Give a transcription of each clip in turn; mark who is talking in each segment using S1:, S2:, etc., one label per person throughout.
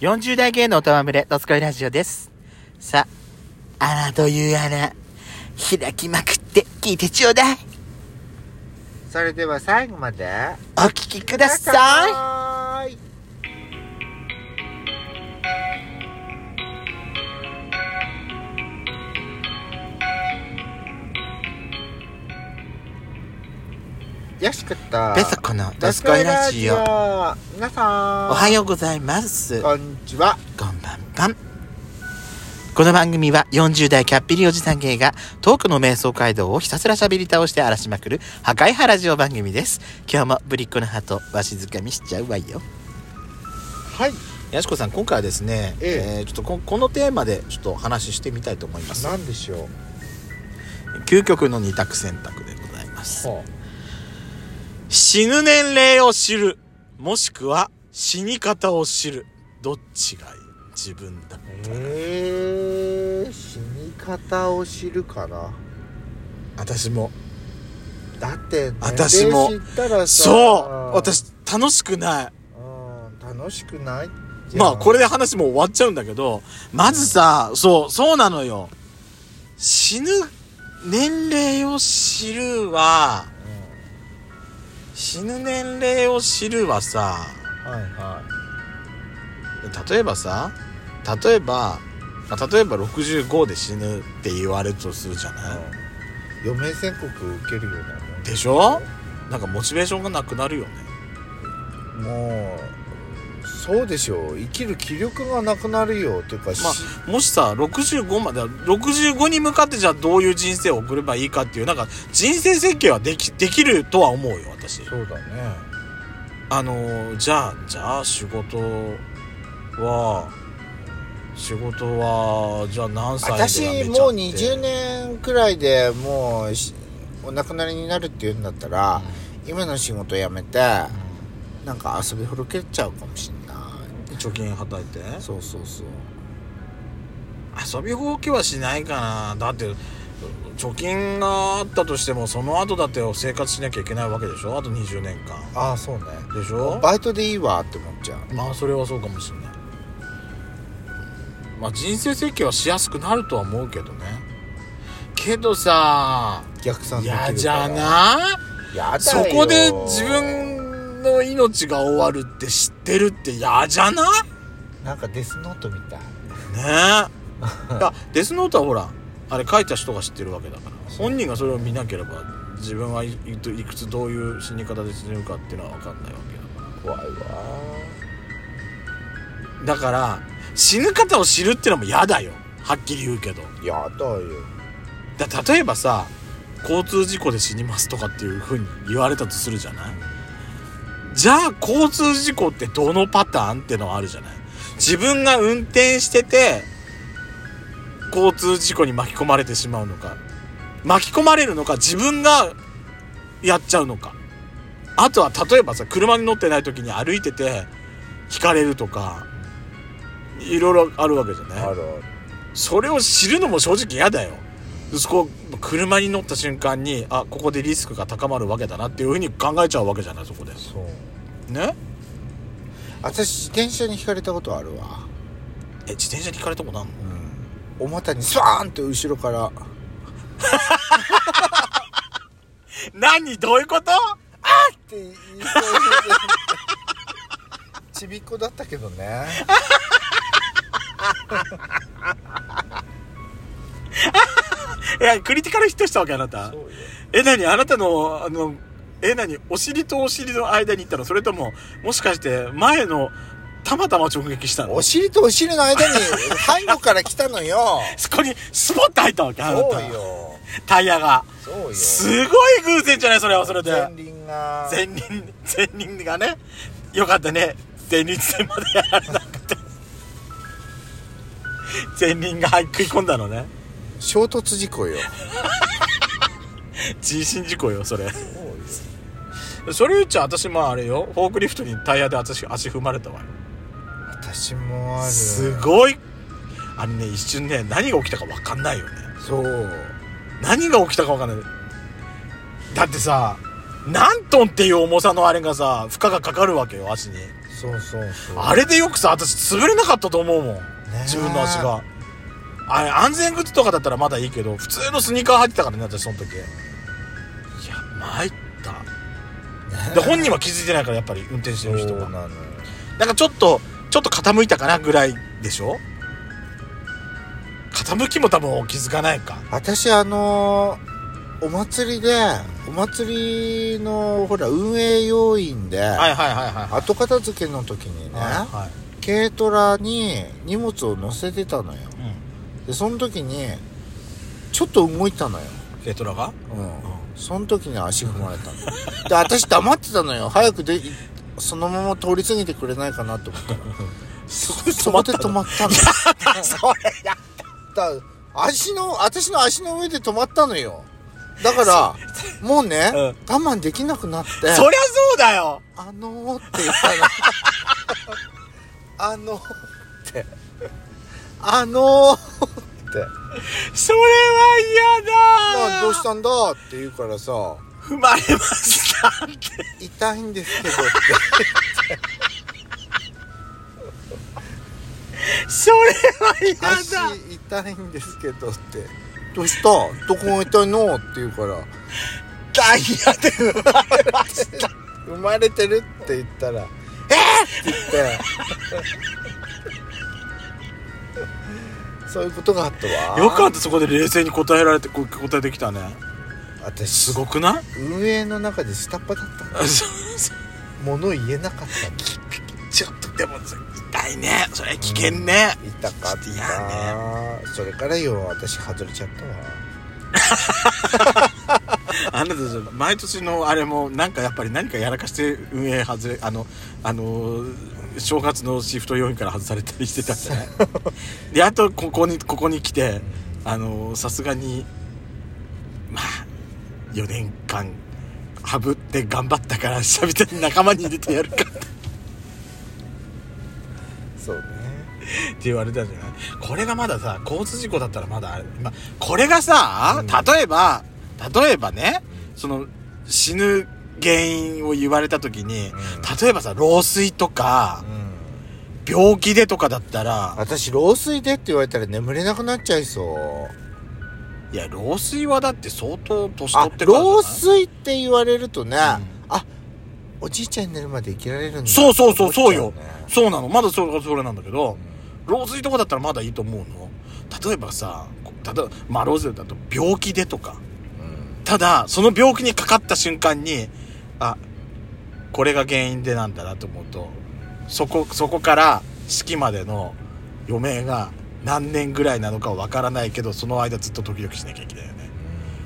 S1: 40代芸能とまむれ、どすこいラジオです。さあ、穴という穴、開きまくって聞いてちょうだい。
S2: それでは最後まで
S1: お聞きください。
S2: いよしこと
S1: ペソコのどすこいラジオ。
S2: 皆さん
S1: おはようございます。こ
S2: こんにちは
S1: んばんばん。この番組は40代キャッピリおじさん芸がトークの瞑想街道をひたすら喋り倒して荒らしまくる破壊派ラジオ番組です。今日もぶりっ子のハートわしづかみしちゃうわよ。
S2: はい
S1: やしこさん今回はですね、
S2: え
S1: えーちょっとここのテーマでちょっとお話ししてみたいと思います
S2: 何でしょ
S1: 究極の二択選択でございます
S2: う、は
S1: 死ぬ年齢を知るもしくは死に方を知るどっちがいい自分だ
S2: えー、死に方を知るかな
S1: 私も
S2: だって
S1: 私も
S2: 年齢知ったらさ
S1: そう私楽しくな
S2: うん楽しくない
S1: いまあこれ
S2: で
S1: で話も終わっちゃうんだけどまずさそうそうなのよ死ぬ年齢を知るは死ぬ年齢を知るはさ
S2: はいは
S1: 例えばさ例えば、まあ例えば65で死ぬって言われるとするじゃない、
S2: い、余命宣告受けるようなもん
S1: でしょなんかモチベーションがなくなるよね
S2: もうそうでしょう生きる気力がなくなるよっていうか、し
S1: まもしさ65まで65に向かってじゃあどういう人生を送ればいいかっていうなんか人生設計はできできるとは思うよ私
S2: そうだね
S1: あのーじゃあじゃあ仕事は仕事はじゃあ何歳で辞め
S2: 私
S1: ちゃって
S2: もう20年くらいでもうしお亡くなりになるっていうんだったら、今の仕事辞めて
S1: う
S2: なんか遊びほどけちゃうかもしんない
S1: ん貯金はたいて
S2: そうそうそう
S1: 遊び放棄はしないかなだって貯金があったとしてもその後だって生活しなきゃいけないわけでしょあと20年間
S2: ああそうね
S1: でしょ
S2: バイトでいいわって思っちゃう
S1: まあそれはそうかもしれないまあ人生設計はしやすくなるとは思うけどねけどさ
S2: 逆算できるから
S1: 嫌じゃない
S2: やだよ
S1: そこで自分の命が終わるって知ってるって嫌じゃない
S2: なんかデスノートみたい
S1: ねえいやデスノートはほらあれ書いた人が知ってるわけだから本人がそれを見なければ自分はいいくいくつどういう死に方で死ぬかっていうのは分かんないわけだか
S2: 怖いわ
S1: らだから死ぬ方を知るってのも嫌だよはっきり言うけど
S2: やだよ
S1: だ例えばさ交通事故で死にますとかっていうふうに言われたとするじゃないじゃあ交通事故ってどのパターンってのはあるじゃない自分が運転してて交通事故に巻き込まれてしまうのか巻き込まれるのか自分がやっちゃうのかあとは例えばさ車に乗ってない時に歩いててひかれるとかいろいろあるわけじゃない
S2: ある
S1: それを知るのも正直嫌だよそこ車に乗った瞬間にあここでリスクが高まるわけだなっていうふうに考えちゃうわけじゃないそこで
S2: そう
S1: ね
S2: 私自転車にひかれたことあるわ
S1: え自転車にひかれたことあんの
S2: うんお股にスワーンって後ろから
S1: 何どういうこと
S2: って言いそう でちびっこだったけどね
S1: いやクリティカルヒットしたわけあなた
S2: そうよ
S1: え何あなたのあのえ何お尻とお尻の間に行ったのそれとももしかして前のたまたま直撃したの
S2: お尻とお尻の間に背後から来たのよ
S1: そこにスポッと入ったわけあな
S2: そう
S1: た
S2: よ
S1: タイヤが
S2: そうよ
S1: すごい偶然じゃないそれはそれで
S2: 前輪が
S1: 前輪前輪がねよかったね前立腺までやられなくて前輪が食い込んだのね
S2: 衝突事故よ
S1: 人身事故よそれそれ言っちゃ私もあれよフォークリフトにタイヤで私足踏まれたわよ
S2: 私もある
S1: すごいあれね一瞬ね何が起きたか分かんないよね
S2: そう
S1: 何が起きたか分かんないだってさ何トンっていう重さのあれがさ負荷がかかるわけよ足に
S2: そそうそうそう
S1: あれでよくさ私潰れなかったと思うもん
S2: え
S1: 自分の足があれ安全靴とかだったらまだいいけど普通のスニーカー履いてたからね私その時いや参ったで本人は気づいてないからやっぱり運転して
S2: そう
S1: る人が
S2: なのよ
S1: なんかちょっとちょっと傾いたかなぐらいでしょ傾きも多分気づかないか
S2: 私あのお祭りでお祭りのほら運営要員で、
S1: はいはいはいはい
S2: 後片付けの時にね、
S1: はいはい
S2: 軽トラに荷物を乗せてたのよ
S1: うん
S2: でその時にちょっと動いたのよ、
S1: 軽トラが
S2: うん、その時に足踏まれたので私黙ってたのよ早くでいそのまま通り過ぎてくれないかなと思ったらそこそこで止まったのそれやっただ足の私の足の上で止まったのよだからもうね、
S1: うん
S2: 我慢できなくなって
S1: そりゃそうだよ
S2: あのーって言ったの。あのーって。あのーって。
S1: それは嫌
S2: ま
S1: だ
S2: あ、どうしたんだって言うからさ、
S1: 踏まれましたって
S2: 痛いんですけどっ
S1: それは嫌
S2: て。足痛いんですけどって。どうしたどこが痛いのって言うから、
S1: ダイヤで踏まれました
S2: 生まれてるって言ったら、えー、って言 って。そういうことがあったわ。
S1: よかったそこで冷静に答えられてこう答えできたね
S2: 私、
S1: すごくない
S2: 運営の中で下っ端だったの。
S1: そうそう
S2: 物言えなかったの。
S1: ちょっとでも痛いねそれ危険ね、
S2: 痛か
S1: ち
S2: っ
S1: ょっと嫌
S2: た、それからよ私外れちゃったわ
S1: あなたたち毎年のあれもなんかやっぱり何かやらかして運営外れあのあのー正月のシフト要員から外されたりしてたんじゃない であとここにここに来てあのーさすがにまあ4年間ハブって頑張ったから久々に仲間に入れてやるかって
S2: そうね
S1: 言われたんじゃないこれがまださ交通事故だったらまだあれ、まあ、これがさ例えば例えばねその死ぬ原因を言われた時に、
S2: ん
S1: 例えばさ老衰とか
S2: うん
S1: 病気でとかだったら
S2: 私老衰でって言われたら眠れなくなっちゃいそう
S1: いや老衰はだって相当年取
S2: あ
S1: ってからじゃない
S2: 老衰って言われるとね、あおじいちゃんになるまで生きられるんだ
S1: そうそうそう
S2: って思
S1: そ
S2: っ
S1: うよ
S2: ちゃね
S1: そうなのまだそれがそれなんだけど老衰とかだったらまだいいと思うの例えばさこ例えばまあ老衰だと病気でとか
S2: うん
S1: ただその病気にかかった瞬間にあこれが原因でなんだなと思うとそこそこから式までの余命が何年ぐらいなのかは分からないけどその間ずっとドキドキしなきゃいけないよね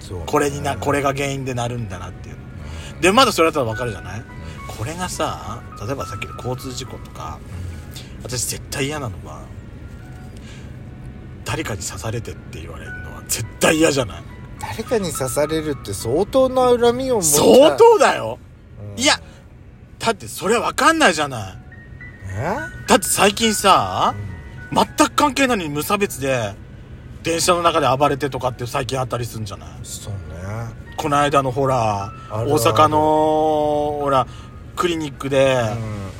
S2: うんそうね
S1: これになこれが原因でなるんだなっていうのでまだそれだったら分かるじゃないこれがさ例えばさっきの交通事故とか私絶対嫌なのは誰かに刺されてって言われるのは絶対嫌じゃない
S2: 誰かに刺されるって相当な恨みを持った
S1: 相、当だよ
S2: うん
S1: いやだってそれわかんないじゃないだって最近
S2: え
S1: さ
S2: うん
S1: 全く関係ないのに無差別で電車の中で暴れてとかって最近あったりするんじゃない
S2: そうね
S1: この間のほら
S2: ある
S1: 大阪のほらクリニックで、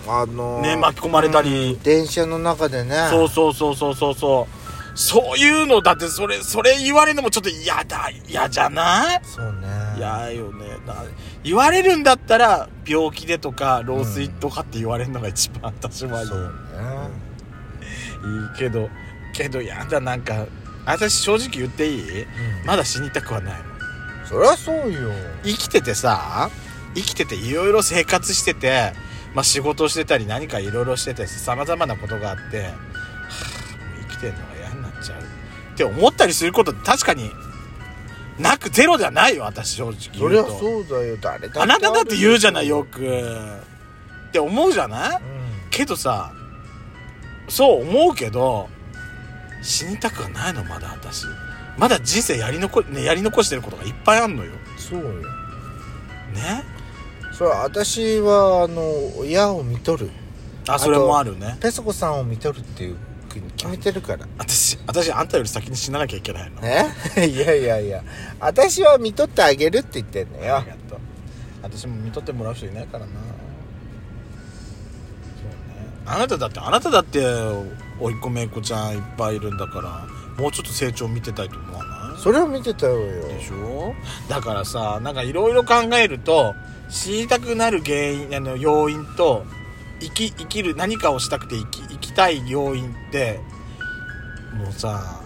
S2: うんあのー
S1: ね巻き込まれたり
S2: うん電車の中でね
S1: そうそうそうそうそうそうそういうのだってそれそれ言われるのもちょっと嫌だ嫌じゃない
S2: そうね
S1: 嫌よねな言われるんだったら病気でとか老衰とかって言われるのが一番私は
S2: そうね
S1: いいけどけどやだなんか私正直言っていい
S2: ま
S1: まだ死にたくはないの
S2: そりゃそうよ
S1: 生きててさ生きてていろいろ生活してて、まあ、仕事をしてたり何かいろいろしててさまざまなことがあって、はあもう生きてんのが嫌になっちゃうって思ったりすることって確かになくゼロじゃないよ私正直
S2: そり
S1: 言う
S2: ゃ
S1: と
S2: そうだよ誰だって
S1: あなただって言うじゃないよ
S2: う
S1: くって思うじゃない
S2: ん
S1: けどさそう思うけど死にたくはないのまだ私まだ人生やり残,、ね、やり残してることがいっぱいあんのよ
S2: そうよ
S1: ね
S2: それは私はあの親を見とる
S1: あそれもあるね
S2: ペソコさんを見とるっていうふうに決めてるから
S1: 私私あんたより先に死ななきゃいけないの、
S2: え いやいやいや私は見とってあげるって言ってんの
S1: あ
S2: よ
S1: りがとう私も見とってもらう人いないからなそうねあなただってあなただっておいっ子めいっ子ちゃんいっぱいいるんだからもうちょっと成長見てたいと思わない
S2: それは見てたよ
S1: でしょだからさなんかいろいろ考えると死にたくなる原因あの要因と生き生きる何かをしたくて生き生きたい要因ってもうさ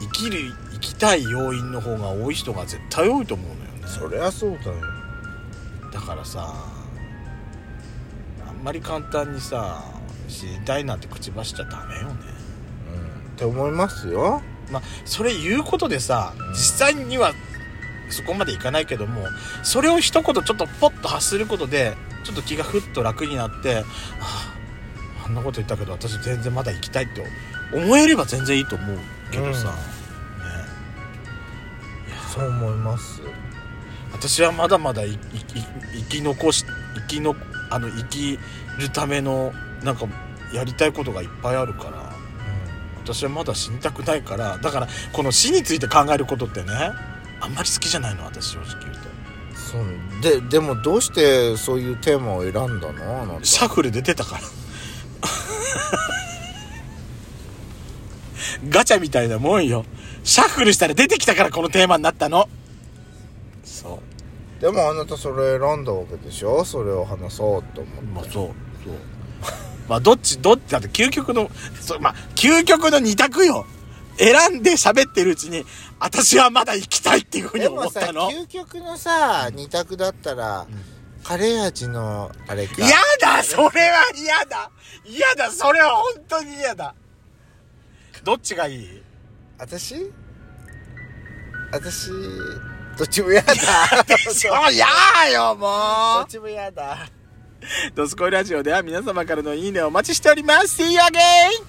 S1: 生きる生きたい要因の方が多い人が絶対多いと思うのよね
S2: そりゃそうだよ
S1: だからさあんまり簡単にさ死にたいなんて口走っちゃダメよね
S2: うんって思いますよ
S1: まあそれ言うことでさ
S2: うん
S1: 実際にはそこまでいかないけどもそれを一言ちょっとポッと発することでちょっと気がふっと楽になって、はあ、あんなこと言ったけど私全然まだ行きたいって思えれば全然いいと思うけどさ、
S2: うん
S1: ね、
S2: そう思います
S1: 私はまだまだいいい生き残し生きのあの生きるためのなんかやりたいことがいっぱいあるから私はまだ死にたくないからだからこの死について考えることってねあんまり好きじゃないの私正直言うと
S2: そうででもどうしてそういうテーマを選んだのあなた
S1: シャッフルで出てたから ガチャみたいなもんよシャッフルしたら出てきたからこのテーマになったのそ
S2: でもあなたそれ選んだわけでしょそれを話そうと思っ
S1: う
S2: て
S1: まあそうそうまあどっちどっちだって究極のそうまあ究極の二択よ選んで喋ってるうちに私はまだ行きたいっていうふうに
S2: でも
S1: 思っ
S2: さ
S1: たの
S2: 究極のさ二択だったら、カレー味のあれか
S1: 嫌だそれは嫌だ嫌だそれは本当に嫌だどっちがいい
S2: 私私どっちも嫌だ
S1: そうやーよ
S2: ど
S1: も
S2: っちも嫌だ
S1: うドスコイラジオでは皆様からのいいねをお待ちしております See you again!